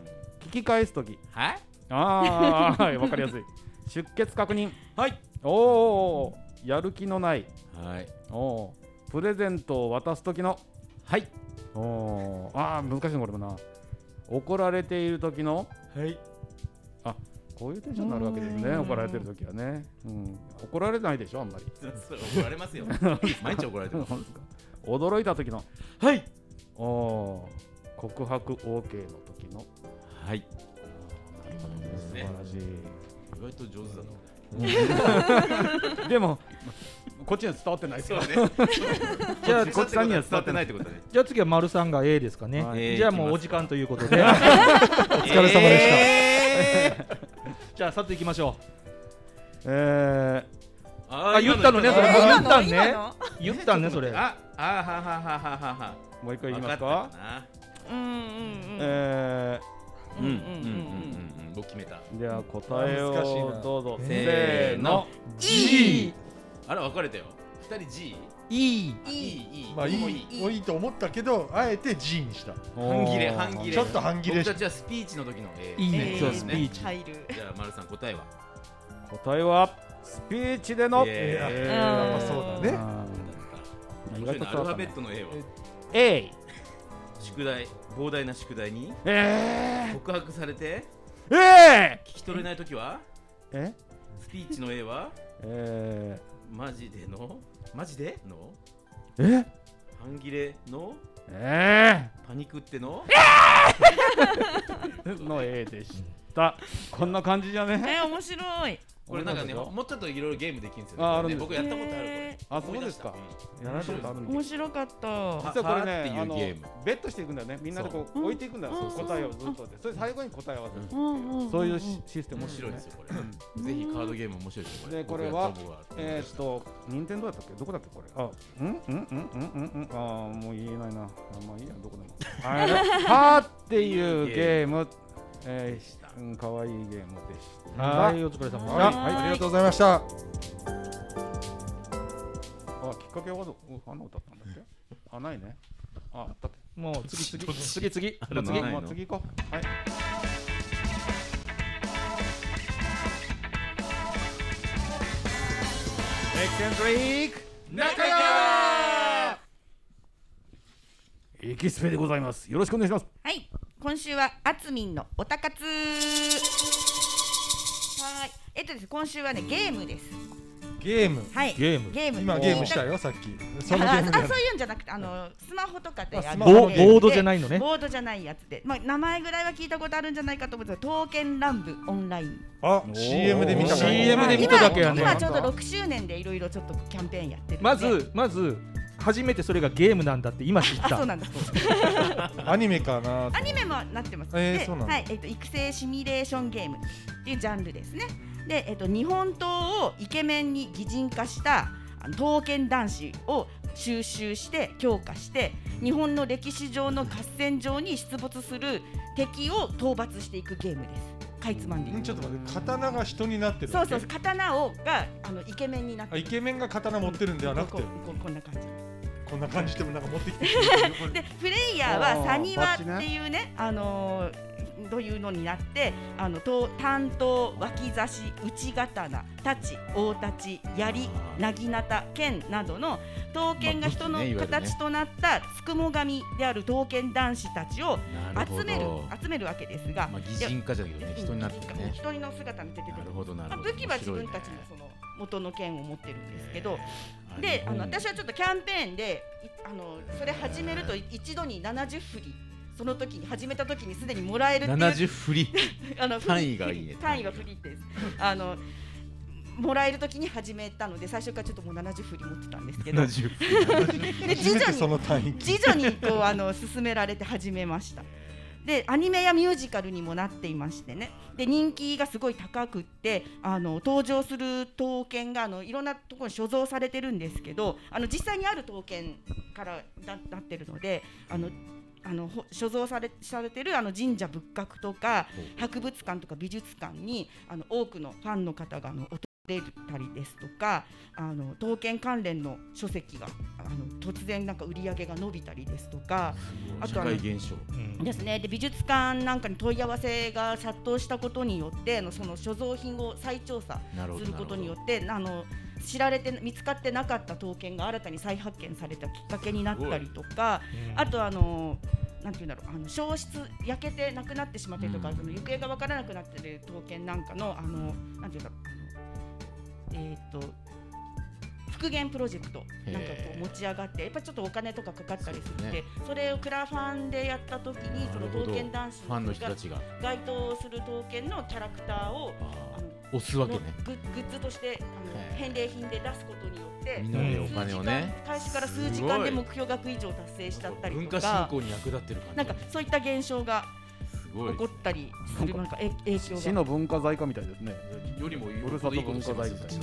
Speaker 1: ー聞き返す時
Speaker 3: はい
Speaker 1: ああはいわかりやすい出血確認
Speaker 3: はい
Speaker 1: おーおーやる気のない
Speaker 3: はい
Speaker 1: おおプレゼントを渡す時の
Speaker 3: はい
Speaker 1: おおああ難しいなこれもな怒られている時の
Speaker 3: はい
Speaker 1: こういうテンションになるわけですね怒られてる時はね、うん、怒られないでしょあんまり
Speaker 3: それ怒ら
Speaker 1: <laughs>
Speaker 3: れますよ毎日怒られてます
Speaker 1: 驚いた時の
Speaker 3: はい
Speaker 1: おおー告白 OK の時の
Speaker 3: はい意
Speaker 1: 素晴らしい
Speaker 3: 外と上手だな
Speaker 1: でもこっちには伝わってないです
Speaker 3: そ
Speaker 1: か
Speaker 3: う
Speaker 1: ら
Speaker 3: ね
Speaker 2: じゃあこ
Speaker 1: っちさんには伝わって
Speaker 3: ないって <laughs> ことね
Speaker 2: じゃあ次は丸さんが A ですかね、
Speaker 1: はい
Speaker 2: じゃあもうお時間ということで
Speaker 3: お
Speaker 5: れ
Speaker 3: 疲
Speaker 5: 様でした
Speaker 2: <laughs> じゃあさっといきましょう
Speaker 1: え
Speaker 3: あ
Speaker 2: あ言ったのね
Speaker 3: 今
Speaker 2: それ言
Speaker 3: 言
Speaker 6: 今
Speaker 2: った
Speaker 6: の
Speaker 2: ん
Speaker 6: 今
Speaker 2: ね
Speaker 6: の
Speaker 2: 言ったんねそれ
Speaker 3: ああはははははは
Speaker 1: ー、もう一回言いますか
Speaker 3: わったな
Speaker 6: うんうんうん
Speaker 1: え
Speaker 3: うんうんうん
Speaker 6: うん
Speaker 3: うんうん僕決めた
Speaker 1: ー、では答え
Speaker 5: 難しい
Speaker 1: を
Speaker 5: な
Speaker 1: どうぞ
Speaker 5: えー
Speaker 1: せーの
Speaker 3: G あら分かれたよ二人 G
Speaker 2: E
Speaker 3: いいいい
Speaker 5: まあい
Speaker 3: もう
Speaker 5: いもういいと思ったけど、あえて G にした。
Speaker 3: 半切れ半切れ
Speaker 5: ちょっと半切れ
Speaker 3: 僕
Speaker 5: した
Speaker 3: ちはスピーチの時の A
Speaker 2: いい
Speaker 3: ね
Speaker 2: ねそうスピーチ
Speaker 6: 入る
Speaker 3: じゃあ丸さん答えは
Speaker 1: 答えはスピーチでの
Speaker 3: イエーイ
Speaker 1: えー
Speaker 5: やっぱそうだね。
Speaker 2: あー
Speaker 1: 意
Speaker 3: 意
Speaker 1: 外と
Speaker 3: 外と
Speaker 1: 伝
Speaker 3: アル
Speaker 1: わ
Speaker 3: ファ
Speaker 1: った
Speaker 3: ベ
Speaker 1: ね
Speaker 3: ットの A は
Speaker 1: えい
Speaker 3: 宿題膨大な宿題に
Speaker 1: え
Speaker 3: 告白されて
Speaker 1: ー、え
Speaker 3: 聞き取れない時は
Speaker 1: ー、え
Speaker 3: スピーチの A は
Speaker 1: え
Speaker 3: マジでのマジでの
Speaker 1: ー、え
Speaker 3: 半切れの
Speaker 1: え
Speaker 3: パニックっての
Speaker 1: ー、の A でしたこんな感じじゃね
Speaker 6: え面白い
Speaker 3: これなんかね
Speaker 1: 面白いですよ
Speaker 3: もうちょっといろいろゲームできるんですよね
Speaker 1: あ
Speaker 3: これ
Speaker 1: ある
Speaker 3: ね
Speaker 1: ん
Speaker 3: 僕
Speaker 1: で
Speaker 3: やったことあるこれ
Speaker 6: へ
Speaker 1: あそ
Speaker 3: 思いう
Speaker 1: で
Speaker 3: 出し
Speaker 1: す
Speaker 3: た
Speaker 1: かやられたことあるん
Speaker 6: ー
Speaker 1: で
Speaker 6: 面
Speaker 1: す
Speaker 6: 白かった
Speaker 1: 実はこれねあ
Speaker 3: ははー
Speaker 1: の
Speaker 3: っていうゲーム
Speaker 1: ベットしていくんだよねみんなでこう
Speaker 6: そう
Speaker 1: 置いていくんだよ
Speaker 6: うん
Speaker 1: 答えをずっとでそれ最後に答えを合わせるそ
Speaker 6: そう
Speaker 1: いうシシステム
Speaker 3: 面白いですよこれぜひカードゲーム面白いですよ
Speaker 1: でこれは
Speaker 3: 僕やった覚えがある
Speaker 1: えー、っと、任天堂だったっけどこだっけこれあ、うんうんうんうんうんうんあーもう言えないなあまあいいや、どこでもあ <laughs> れはーっていうゲームえーしうん、かわいいゲームでした
Speaker 2: はいお疲れ様でした
Speaker 1: はい
Speaker 5: ありがとうございました。
Speaker 1: あ、きっかけはどお花歌ったんだっけあ、ないねあ、あったっけ
Speaker 2: もう次次次次
Speaker 3: あるの
Speaker 1: 次、
Speaker 3: ない
Speaker 1: も
Speaker 3: の
Speaker 1: う次行こうはいエキセントリーク
Speaker 3: 中川
Speaker 1: エキスペでございますよろしくお願いします
Speaker 6: はい、今週はあつみんのおたかつ。はーい、えっとです、今週はね、ゲームです。
Speaker 5: ゲーム。
Speaker 6: はい、
Speaker 2: ゲーム
Speaker 6: ゲーム。
Speaker 5: 今ゲームしたよさっき。そのゲ
Speaker 6: あ
Speaker 5: ームでや
Speaker 6: あ
Speaker 5: る
Speaker 6: そういうんじゃなくてあのスマホとかで
Speaker 5: あ
Speaker 6: や
Speaker 5: ス
Speaker 6: る
Speaker 5: マ
Speaker 2: ボ
Speaker 5: ホ
Speaker 6: ゲ
Speaker 2: ボードじゃ
Speaker 6: い
Speaker 2: ないのね
Speaker 6: ボードじゃないやつで、まあ、名前ぐらいは聞いたことあるんじゃないかと思うんですけど刀剣乱舞オンライン
Speaker 5: あ CM で見た。
Speaker 2: CM で見ただけやね
Speaker 6: 今今ちょうど6周年でいろいろちょっとキャンペーンやってるんで
Speaker 2: まずまず初めてそれがゲームなんだって今知っ
Speaker 6: あそう
Speaker 2: た
Speaker 6: なんです
Speaker 5: アニメかな。
Speaker 6: アニメもなってます。
Speaker 5: えー
Speaker 6: で
Speaker 5: そうなんだ
Speaker 6: はい、えっ、と育成シミュレーションゲームっていうジャンルですね。で、えっ、と日本刀をイケメンに擬人化したあの刀剣男子を収集して強化して日本の歴史上の合戦場に出没する敵を討伐していくゲームです。かいつまんでいく
Speaker 5: んちょっと待って。刀が人になってる。
Speaker 6: そうそう、。刀をがあのイケメンになって
Speaker 5: あイケメンが刀持ってるんではなくて
Speaker 6: こ、うこうこんな感じ。
Speaker 5: こんな
Speaker 6: <laughs>
Speaker 5: 感じでもなんか持ってきて。
Speaker 6: でプレイヤーは
Speaker 1: あー
Speaker 6: サニワ
Speaker 1: バ
Speaker 6: っ
Speaker 1: ッ
Speaker 6: て
Speaker 1: チね
Speaker 6: いうねあのーというのになってあのと担当脇差し内刀太刀大太刀槍なぎなた剣などの刀剣が人の
Speaker 3: まあ武器ねいわゆるね
Speaker 6: 形となったつくも神である刀剣男子たちを
Speaker 3: なるほ
Speaker 6: 集める
Speaker 3: ど
Speaker 6: 集めるわけですが、
Speaker 3: まあ擬
Speaker 6: いや
Speaker 3: 人化じゃなけどね人になってね
Speaker 6: 人の姿に出て
Speaker 3: な
Speaker 6: く
Speaker 3: る
Speaker 6: る
Speaker 3: ほどなる
Speaker 6: まあ、
Speaker 3: ほど
Speaker 6: 武器は自分たちの
Speaker 3: 面
Speaker 6: その元の剣を持ってるんですけ
Speaker 3: 白
Speaker 6: ど
Speaker 3: い、ね
Speaker 6: であの
Speaker 3: 日本
Speaker 6: 私はちょっとキャンペーンでいあのそれ始めると一度に70振りその時に始めた時にすでにもらえるっていう
Speaker 3: 70振り
Speaker 6: <laughs> あの
Speaker 3: 単位がいいね
Speaker 6: 単位はフリーです。あのもらえるときに始めたので最初からちょっともう70振り持ってたんですけど、
Speaker 3: 70振り
Speaker 6: で
Speaker 5: 初
Speaker 6: 徐
Speaker 5: めてそ
Speaker 6: 々に
Speaker 5: の単位
Speaker 6: 徐々にこうあの進められて始めました。でアニメやミュージカルにもなっていましてねで人気がすごい高くってあの登場する刀剣があのいろんなところに所蔵されてるんですけどあの実際にある刀剣からななってるのであのあのほ所蔵されされてるあの神社仏閣とか博物館とか美術館にあの多くのファンの方があの訪れたりですとかあの刀剣関連の書籍があの突然なんか売り上げが伸びたりですとかあ
Speaker 3: 社
Speaker 6: とあの
Speaker 3: 会現象
Speaker 6: ですねで美術館なんかに問い合わせが殺到したことによってあのその所蔵品を再調査
Speaker 3: なるほど
Speaker 6: することによ
Speaker 3: て
Speaker 6: ってあの知られて見つかってなかった刀剣が新たに再発見されたきっかけになったりとかあとあのなんていうんだろうあの消失焼けてなくなってしまってるとか、
Speaker 3: うん
Speaker 6: その行方がわからなくなってる刀剣なんかのあのなんていうんだろうあのえーっ、と復元プロジェクトなんかこ
Speaker 3: へー
Speaker 6: う持ち上がってやっぱちょっとお金とかかかったりする
Speaker 3: そ
Speaker 6: ん
Speaker 3: う
Speaker 6: で
Speaker 3: です
Speaker 6: それをクラファンでやった時にその
Speaker 3: なるほど
Speaker 6: 刀剣男子
Speaker 3: ファンの人た
Speaker 6: が
Speaker 3: ちが
Speaker 6: 該当する刀剣のキャラクターをあ
Speaker 3: あ
Speaker 6: の
Speaker 3: ー押すわけね
Speaker 6: のグッグッズとしてあの
Speaker 3: へー
Speaker 6: 返礼品で出すことによって
Speaker 3: みんなでお金をね
Speaker 6: 数時間開始から数時間です
Speaker 3: ご
Speaker 6: 目
Speaker 3: い
Speaker 6: 標額以上達成しちゃったり
Speaker 3: 文
Speaker 6: と
Speaker 3: 化振
Speaker 6: か
Speaker 3: 興に役立ってる感じ
Speaker 6: なんかそういった現象が
Speaker 3: すごい
Speaker 6: 起こったりするなんかえ影響
Speaker 7: 市
Speaker 6: が
Speaker 7: の文化財化みたいですね。
Speaker 3: よりもよ
Speaker 7: ふるさと文化財みたいな。うん、す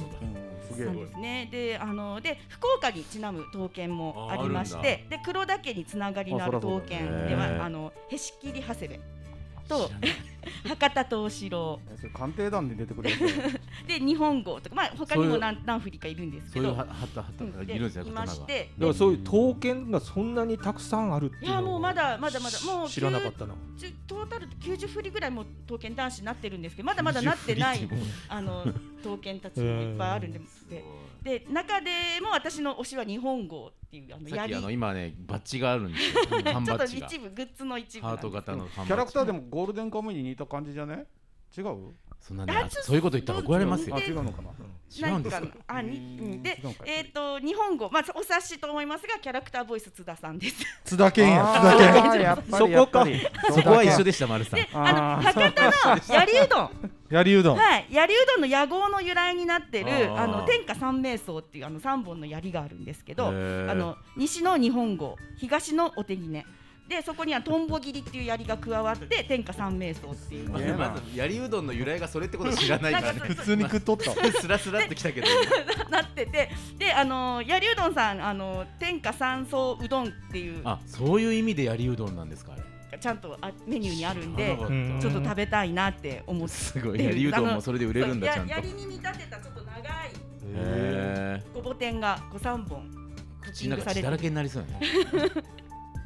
Speaker 7: げ
Speaker 6: な
Speaker 7: え
Speaker 6: ん。ですね。で、あので福岡にちなむ刀剣もありまして、で黒田家につながりのある
Speaker 7: あそらそう
Speaker 6: 刀
Speaker 7: だ
Speaker 6: 剣
Speaker 3: へ
Speaker 6: で
Speaker 3: え
Speaker 6: はあのへし切り長谷部と博多藤四郎
Speaker 7: えそれ鑑定団に出てくるやつだよ
Speaker 6: で日本号とかまあ他に
Speaker 3: そうい
Speaker 6: も
Speaker 3: う
Speaker 6: 何何振りかいるんです
Speaker 3: そ
Speaker 6: け
Speaker 3: ういう
Speaker 6: ど
Speaker 3: は、はたはた
Speaker 6: うん
Speaker 3: い
Speaker 6: で
Speaker 3: るんですね
Speaker 6: いまして。
Speaker 2: だからそういう刀剣がそんなにたくさんあるっていう
Speaker 6: い
Speaker 2: の
Speaker 6: やもうまだまだまだもう
Speaker 2: 知らなかったな
Speaker 6: きゅうちょトータルで90振りぐらいもう刀剣男子になってるんですけどまだまだなって
Speaker 3: <laughs>
Speaker 6: ないあの刀剣たちもいっぱいあるんででで中でも私の推しは日本号っていうあの
Speaker 3: さっき
Speaker 6: 槍 <laughs>
Speaker 3: あの今ねバッジがあるんですよ缶
Speaker 6: ちょっと
Speaker 3: バッジが
Speaker 6: 一部グッズの一部な
Speaker 3: ハ
Speaker 6: んです
Speaker 3: ー
Speaker 6: け
Speaker 3: ト
Speaker 6: ど
Speaker 3: 型の缶バッジ
Speaker 7: キャラクターでもゴールデンカムイに似た感じじゃね違う
Speaker 3: そんな
Speaker 6: あちょ
Speaker 3: ね
Speaker 6: っと
Speaker 3: そういうこと言ったら怒られます
Speaker 7: あ、
Speaker 3: よ
Speaker 7: 違うのかな
Speaker 3: 違うんですか
Speaker 6: なんあにうんで
Speaker 7: 違うのか
Speaker 6: えっ、と日本語まあお察しと思いますがキャラクターボイス津田さんです。
Speaker 3: <laughs>
Speaker 5: 津田健や津田
Speaker 7: あーやっ
Speaker 5: 健
Speaker 7: ぱりやっぱり
Speaker 3: そこは一緒
Speaker 7: で
Speaker 3: でした丸さん
Speaker 6: で
Speaker 7: あ
Speaker 6: あの
Speaker 7: ー
Speaker 6: 博多の槍うどん
Speaker 5: やりうどん
Speaker 6: はい槍うどんの屋号の由来になってる
Speaker 3: あー
Speaker 6: あの天下三名槍っていうあの三本の槍があるんですけど
Speaker 3: へー
Speaker 6: あの西の日本語東のお手ぎねでそこにはトンボ切りっていう槍が加わって天下三名槍っていう
Speaker 3: ま
Speaker 7: い
Speaker 3: ず
Speaker 7: や
Speaker 3: まず槍うどんの由来がそれってこと知らないからね
Speaker 5: 普通に食っとったわ
Speaker 3: <laughs> スラスラっときたけど
Speaker 6: なっててであの槍うどんさんあの天下三層うどんっていう
Speaker 3: あそういう意味で槍うどんなんですかあれ
Speaker 6: ちゃんとあメニューにあるんで
Speaker 3: 知らなかった
Speaker 2: うん
Speaker 6: ちょっと食べたいなって思って
Speaker 3: すごい槍うどんもそれで売れるんだちゃんと
Speaker 6: や
Speaker 3: へ
Speaker 6: 槍に見立てたちょっと長い
Speaker 3: え
Speaker 6: ごぼ天がこう三本コッキン
Speaker 3: なん
Speaker 6: グ
Speaker 3: か
Speaker 6: さ
Speaker 3: 血
Speaker 6: れ
Speaker 3: だら
Speaker 6: て
Speaker 3: け
Speaker 6: る
Speaker 3: になりそうやね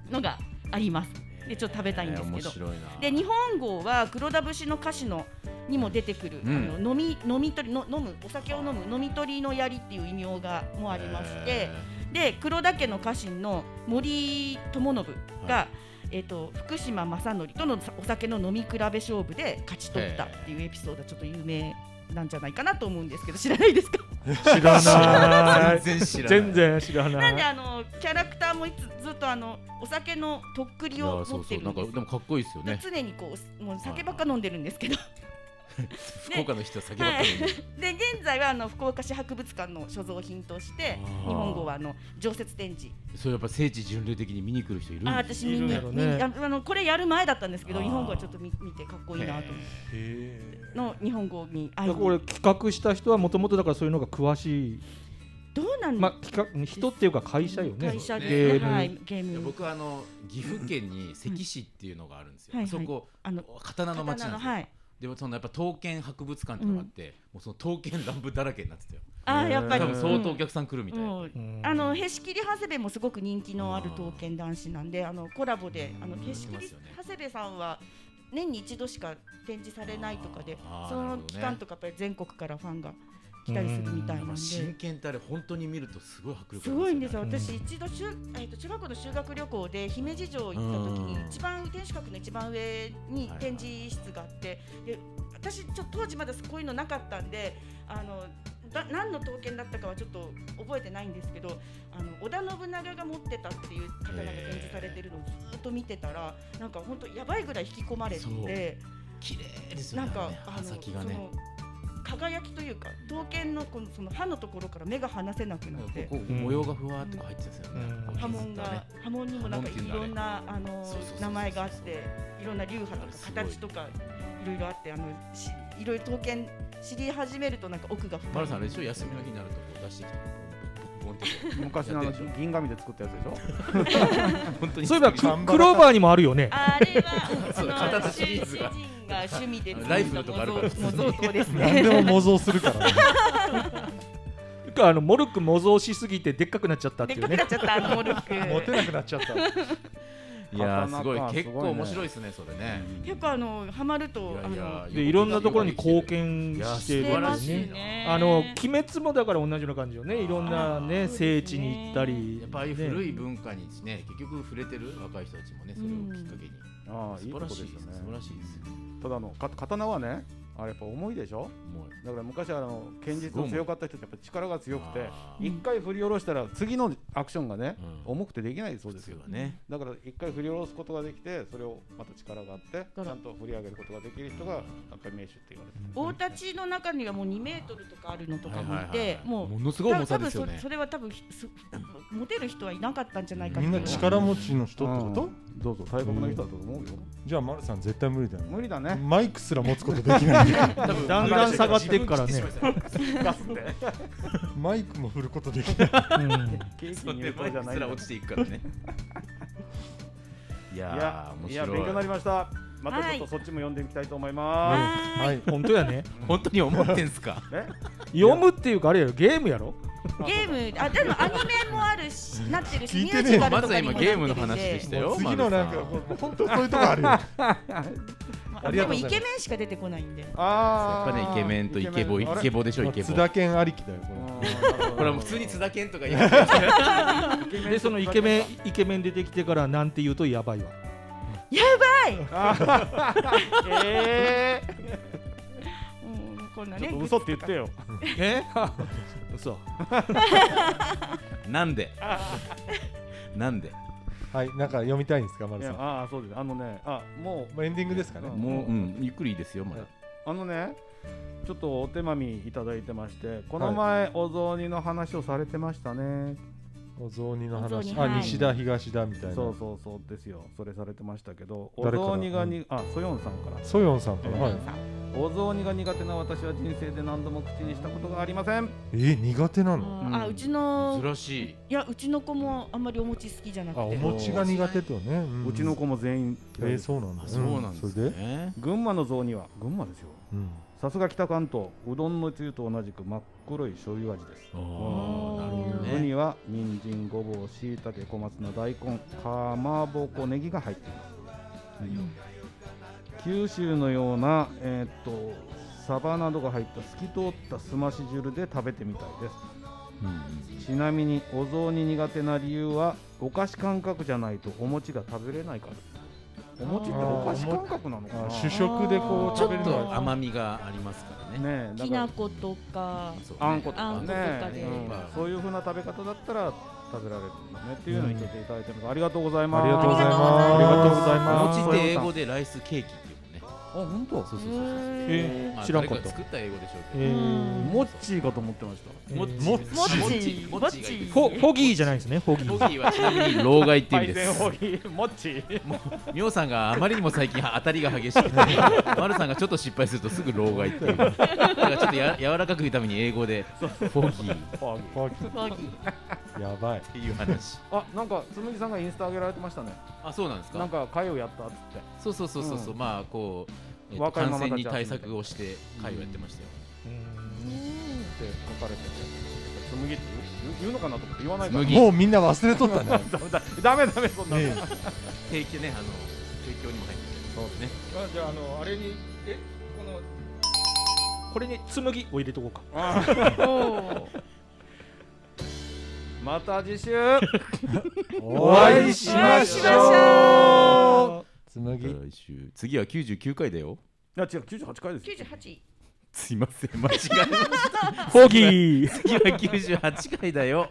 Speaker 6: のがありますでちょっと食べたいんですけど
Speaker 3: へー面白いな
Speaker 6: で日本語は黒田節の歌詞のにも出てくる、
Speaker 3: うん
Speaker 6: あの飲み飲み取りの飲むお酒を飲む飲み取りの槍っていう異名がもありまして
Speaker 3: へ
Speaker 6: で黒田家の家臣の森友信が、
Speaker 3: は
Speaker 6: えっと福島正則とのお酒の飲み比べ勝負で勝ち取ったっていうエピソードはちょっと有名なんじゃないかなと思うんですけど知らないですか
Speaker 2: 知らな
Speaker 3: ー
Speaker 2: い
Speaker 3: 全然知ら
Speaker 2: <laughs> 全然知ら
Speaker 3: ない
Speaker 2: な
Speaker 6: なんで
Speaker 2: い
Speaker 6: あのキャラクターもいつずっとあのお酒のとっく
Speaker 3: い
Speaker 6: り
Speaker 3: や
Speaker 6: を持
Speaker 3: そう
Speaker 6: っ
Speaker 3: そ
Speaker 6: て
Speaker 3: う
Speaker 6: る
Speaker 3: なんんか
Speaker 6: です
Speaker 3: でもかっこいいですよね
Speaker 6: 常にこうもう酒ばっか飲んでるんですけど
Speaker 3: 福岡の人は酒ばっかり飲んでる
Speaker 6: で現在はあの福岡市博物館の所蔵品として
Speaker 3: あー
Speaker 6: 日本語はあの常設展示
Speaker 3: <laughs> それやっぱ聖地巡礼的に見に来る人いるんで
Speaker 6: あー
Speaker 3: す
Speaker 6: 私見に、
Speaker 2: いるんだろうね
Speaker 6: 見にああのこれやる前だったんですけど
Speaker 3: あー
Speaker 6: 日本語はちょっと見見てかっこいいなと思っての日本語に合い
Speaker 2: だからこれ企画した人はもともとだからそういうのが詳しい、
Speaker 6: どうなん
Speaker 2: まあ、企画人っていうか会社よね
Speaker 6: 会社
Speaker 3: ゲ
Speaker 6: で
Speaker 3: ーム
Speaker 6: はいゲー
Speaker 3: いや
Speaker 6: ム
Speaker 3: 僕はあの岐阜県に関市っていうのがあるんです
Speaker 6: は
Speaker 3: よ、
Speaker 6: いはい
Speaker 3: そこ
Speaker 6: あの
Speaker 3: 刀の町なん
Speaker 6: 刀の
Speaker 3: ですよ、
Speaker 6: はい
Speaker 3: でもそのやっぱ刀剣博物館とかがあって、もうその刀剣乱舞だらけになってたよ
Speaker 6: あーやっぱ
Speaker 3: 多
Speaker 6: り
Speaker 3: 分相当お客さん来るみたいな、
Speaker 6: も
Speaker 2: う
Speaker 6: う
Speaker 2: ん
Speaker 6: あのへし切り長谷部もすごく人気のある刀剣男子なんであのコラボであの
Speaker 3: うん
Speaker 6: へし切
Speaker 3: やってま
Speaker 6: り
Speaker 3: すよね
Speaker 6: 長谷部さんは年に一度しか展示されないとかで
Speaker 3: あー
Speaker 6: そ
Speaker 3: な
Speaker 6: の
Speaker 3: るほどね
Speaker 6: 期間とかやっぱり全国からファンが来たりするみたいなんで。
Speaker 3: 真剣ってあれ本当に見るとすごい迫力あります
Speaker 6: す
Speaker 3: よね
Speaker 6: ごいんですよ、
Speaker 2: うん
Speaker 6: 私一度中、えー、と中学校の修学旅行で姫路城行った時
Speaker 3: うん
Speaker 6: に一番天守閣の一番上に展示室があって、で私ちょっと当時まだこういうのなかったんであのだ何の刀剣だったかはちょっと覚えてないんですけどあの織田信長が持ってたっていう刀が展示されてるのをずっと見てたらなんか本当やばいぐらい引き込まれ
Speaker 3: そう
Speaker 6: て
Speaker 3: 綺麗ですよ
Speaker 6: な
Speaker 3: ね
Speaker 6: んか
Speaker 3: あのね
Speaker 6: あ
Speaker 3: 刃
Speaker 6: の
Speaker 3: 先がね
Speaker 6: その輝きというか刀剣のこのその刃のところから目が離せなくなって。
Speaker 3: ここ模様がふわーってこう入ってますよね
Speaker 2: うん。
Speaker 3: こう
Speaker 6: 波紋
Speaker 3: 削った
Speaker 6: が
Speaker 3: ね
Speaker 6: 波紋にもなんか
Speaker 3: 波紋ってい
Speaker 6: いう
Speaker 3: のは
Speaker 6: ろ
Speaker 3: ね
Speaker 6: んなあの
Speaker 3: そうそうそうそう
Speaker 6: 名前があっていろんな流派と
Speaker 3: あ
Speaker 6: か
Speaker 3: れすごい
Speaker 6: 形とかいろいろあってあのしいろいろ刀剣知り始めるとなんか奥が深い
Speaker 3: マルさんあれでしょ休みの日になるとこう出してきてボンボンボンボンって
Speaker 1: 昔のあ
Speaker 3: や
Speaker 1: の
Speaker 3: ってる
Speaker 1: 銀紙で作ったやつでしょ
Speaker 3: 本当
Speaker 2: <laughs>
Speaker 3: に
Speaker 2: そういえばククローバーにもあるよね
Speaker 6: あれは
Speaker 3: <laughs>
Speaker 6: その
Speaker 3: 刀シ
Speaker 6: 主
Speaker 3: リーズ
Speaker 6: 人
Speaker 3: が
Speaker 6: が趣味で
Speaker 3: ライフルとかあるから
Speaker 6: もう贈答です
Speaker 5: 何で
Speaker 6: ね
Speaker 5: も模造するから
Speaker 2: <laughs>
Speaker 5: ね
Speaker 2: あのモルック模造しすぎてでっかくなっちゃったって
Speaker 6: でっ
Speaker 2: いう
Speaker 6: か
Speaker 2: ね
Speaker 6: くなっちゃったあのモル
Speaker 5: モ
Speaker 6: ッ
Speaker 5: テ
Speaker 6: ク
Speaker 5: なくなっちゃった
Speaker 3: <laughs> いやー
Speaker 1: 刀
Speaker 3: すごい
Speaker 1: か
Speaker 3: 結構
Speaker 1: すごいね
Speaker 3: 面白いですねそれね
Speaker 6: 結構あのハマるとあ
Speaker 3: いやいや
Speaker 6: の
Speaker 2: でいろんなところに貢
Speaker 3: い
Speaker 2: 献
Speaker 3: や
Speaker 2: してる
Speaker 3: 素晴
Speaker 2: ん
Speaker 3: ら
Speaker 2: で
Speaker 3: し
Speaker 2: す
Speaker 3: い
Speaker 2: ね
Speaker 3: な
Speaker 2: あの「鬼滅」もだから同じような感じよねいろんなね聖地に行ったり
Speaker 3: やっぱああいう古い
Speaker 2: ね
Speaker 3: 文化にですね結局触れてる若い人たちもねそれをきっかけに
Speaker 1: ああいいとこ
Speaker 3: 素晴ら
Speaker 1: です
Speaker 3: しい
Speaker 1: よ
Speaker 3: です素
Speaker 1: ね
Speaker 3: 晴らしいですよ
Speaker 1: ただあのか刀はねあれやっぱ重いでしょ
Speaker 3: もう
Speaker 1: だから昔はあの剣術の強かった人ってやっぱ力が強くて
Speaker 3: あー
Speaker 1: 一回振り下ろしたら次のアクションがね
Speaker 3: うん
Speaker 1: 重くてできないそうです
Speaker 3: 普
Speaker 1: よ
Speaker 3: 通はね
Speaker 1: だから一回振り下ろすことができてそれをまた力があってちゃ
Speaker 6: ら
Speaker 1: んと振り上げることができる人がなんか名手って言われてる
Speaker 6: 大立ちの中にはもう2メートルとかあるのとかもい
Speaker 3: はいはい
Speaker 6: て
Speaker 3: はい
Speaker 6: もう
Speaker 3: ものすごい重さですよ
Speaker 6: 多分そ
Speaker 3: ね
Speaker 6: それは多分ひそモテる人はいなかったんじゃないかって
Speaker 5: み
Speaker 6: い
Speaker 5: ん
Speaker 6: う
Speaker 5: な力持ちの人ってこと
Speaker 1: うんどうぞ大国の人だと思うよ
Speaker 5: じゃあ丸さん絶対無理だよね
Speaker 1: 無理だ
Speaker 3: <laughs>
Speaker 1: ね
Speaker 5: マイクすら持つことできない
Speaker 3: 多分
Speaker 2: だんだん下がっていくからね
Speaker 3: 自分切ってしまいました
Speaker 5: マイクも振ることできな
Speaker 2: うん
Speaker 5: い
Speaker 1: ケーキ
Speaker 3: そう
Speaker 1: に
Speaker 3: ね
Speaker 1: 入
Speaker 3: マ
Speaker 1: 刀
Speaker 3: イ
Speaker 1: じゃない
Speaker 3: クす
Speaker 1: んだ
Speaker 3: ら落ちていくからねい
Speaker 1: いや
Speaker 3: やー面
Speaker 1: いや
Speaker 3: 白い
Speaker 1: 勉強になりましたまたちょっとそっちも読んでみたいと思いま
Speaker 5: はい
Speaker 2: 本当やね
Speaker 3: 本当に思ってんすか
Speaker 1: すえ
Speaker 2: 読むっていうかあれやろゲームやろ
Speaker 6: ゲームあでもアニメもあるしなってるし
Speaker 5: 聞い
Speaker 6: ミュ
Speaker 5: て
Speaker 6: ー
Speaker 5: ねえ
Speaker 6: ジ
Speaker 5: よ
Speaker 6: カル
Speaker 3: ま
Speaker 6: と
Speaker 3: ずは
Speaker 6: かにも
Speaker 3: 今
Speaker 6: なって
Speaker 3: ゲ
Speaker 6: る
Speaker 3: ームの話でしたよ
Speaker 5: もう次のなんか
Speaker 3: 丸さ
Speaker 5: もう本当そういうとこあるよあり
Speaker 6: で
Speaker 5: がとうご
Speaker 6: もイ
Speaker 5: ざい
Speaker 6: ケ
Speaker 5: ま
Speaker 6: メンしか出てこないんで
Speaker 1: あ
Speaker 3: やっ
Speaker 1: ー
Speaker 3: ぱねイケメンとイケボイ
Speaker 1: あれ
Speaker 3: ケボでしょイケ
Speaker 5: す
Speaker 3: ボ
Speaker 5: 津田健ありきだよこれ
Speaker 1: うん
Speaker 3: これはもう普通に津田健とか言ってましたよ
Speaker 2: でそのイケメンイケメン出てきてからなんて言うとやばいわ
Speaker 1: ええ
Speaker 6: うんこんな
Speaker 1: ちょ
Speaker 6: ね
Speaker 1: っと嘘って言ってよ
Speaker 2: え <laughs> 嘘
Speaker 3: なんでなんで
Speaker 5: はいなんか読みたいんですか丸
Speaker 1: い
Speaker 5: さ
Speaker 1: や
Speaker 5: ん
Speaker 1: ああそうですあのねあもう
Speaker 5: まあエンディングですかね
Speaker 1: うん
Speaker 3: もううんゆっくりいいですよまだ
Speaker 1: あのねちょっとお手紙いただいてましてこの前、お雑煮の話をされてましたね
Speaker 5: お雑煮の
Speaker 6: お雑
Speaker 5: 話
Speaker 6: 煮
Speaker 5: あ
Speaker 6: はい
Speaker 5: 西田東田みたいな
Speaker 1: そうそうそうですよそれされてましたけどお
Speaker 5: 誰から
Speaker 1: 雑煮がに、あソヨンさんから
Speaker 5: ソヨンさんから
Speaker 1: うん
Speaker 5: はい
Speaker 1: お雑煮が苦手な私は人生で何度も口にしたことがありません
Speaker 5: えー苦手なの
Speaker 1: うん
Speaker 6: あうちの
Speaker 3: 珍しい
Speaker 6: いやうちの子もあんまりお餅好きじゃなく
Speaker 5: あお
Speaker 6: て
Speaker 5: 餅が苦手とねん
Speaker 1: うちの子も全員
Speaker 5: えーそうなんだ
Speaker 3: あそうなんです
Speaker 5: それで
Speaker 3: ね
Speaker 1: 群馬の雑煮は群馬ですよ
Speaker 5: うん
Speaker 1: さすが北関東うどんのつゆと同じく真っ黒い醤油味です
Speaker 3: あーなるほど
Speaker 1: 具
Speaker 3: ね
Speaker 1: には人参ごぼうしいたけ小松菜大根かまぼこネギが入っています、九州のような、えーっとサバなどが入った透き通ったすまし汁で食べてみたいで
Speaker 3: うん
Speaker 1: すちなみにお雑煮苦手な理由はお菓子感覚じゃないとお餅が食べれないからお餅ってお菓子感覚なのか
Speaker 5: あ
Speaker 1: な
Speaker 5: ー主食でこう
Speaker 3: ち
Speaker 5: 食
Speaker 3: ょ
Speaker 5: べ
Speaker 3: っ
Speaker 5: るの
Speaker 3: と
Speaker 5: が
Speaker 3: 甘みがありますからね
Speaker 1: ねえだ
Speaker 6: き
Speaker 1: か
Speaker 6: な
Speaker 1: ら
Speaker 6: 粉とか
Speaker 3: そうね
Speaker 1: あんこと
Speaker 6: あ
Speaker 1: か
Speaker 6: ん
Speaker 1: ね
Speaker 6: ことかで
Speaker 1: うん
Speaker 3: やっぱ
Speaker 1: そういう風な食べ方だったら食べられるんだねっていうのにちょっといただいてますありがとうございます
Speaker 5: ありがとうございます
Speaker 6: ありがとう
Speaker 5: ござい
Speaker 3: お
Speaker 5: ます
Speaker 3: 餅って英語でライスケーキっていうもんね
Speaker 1: あ本当
Speaker 3: そうそうそうそう
Speaker 6: へ
Speaker 3: まあ
Speaker 2: 知らんかった
Speaker 3: 誰が作った英語でしょうけ
Speaker 2: えー
Speaker 1: モッチーかと思ってました
Speaker 2: えー
Speaker 3: ど
Speaker 5: もっち
Speaker 3: もっち
Speaker 6: も
Speaker 3: も
Speaker 6: っ
Speaker 3: っ
Speaker 6: ち
Speaker 3: ちがいい
Speaker 2: フォフォギーじゃないですねフォギ
Speaker 3: モ
Speaker 2: ー
Speaker 3: ッチーはちなみに老害って意味
Speaker 1: 全
Speaker 3: です
Speaker 1: ホギーモッチー
Speaker 3: ミョウさんがあまりにも最近当たりが激し
Speaker 2: <laughs>
Speaker 3: くて、マルさんがちょっと失敗するとすぐ老害っていう。だからちょっとや柔らかく言うために英語でフォギーっ
Speaker 5: パキ <laughs> やばい
Speaker 3: ていう話。
Speaker 1: あなんかつむぎさんがインスタ上げられてましたね
Speaker 3: あ、そうなんです
Speaker 1: なん
Speaker 3: か。
Speaker 1: か会をやったっつって
Speaker 3: そうそうそうそうそう、
Speaker 1: う
Speaker 3: まあこう、えっと
Speaker 1: 若いママ
Speaker 3: 感
Speaker 1: たち
Speaker 3: 染に対策をして会をやってましたよ。
Speaker 1: って書かれててつむぎって言う言うのかなと思って言わないから
Speaker 3: 紬
Speaker 5: もうみんな忘れとったね
Speaker 1: ダメダメそんなの
Speaker 5: ね
Speaker 1: ね
Speaker 3: 提供ね、あの提供にも入ってる。そうですね。
Speaker 2: あじゃああのあれにえこのこれに紬を入れとこうかまた次週
Speaker 5: お会いしましょう <laughs> 紬
Speaker 3: 来週次は99回だよ。
Speaker 8: いや違う98回です
Speaker 6: 九十八。
Speaker 3: すいません間違えました。
Speaker 8: ホギー
Speaker 3: 次は98回だよ。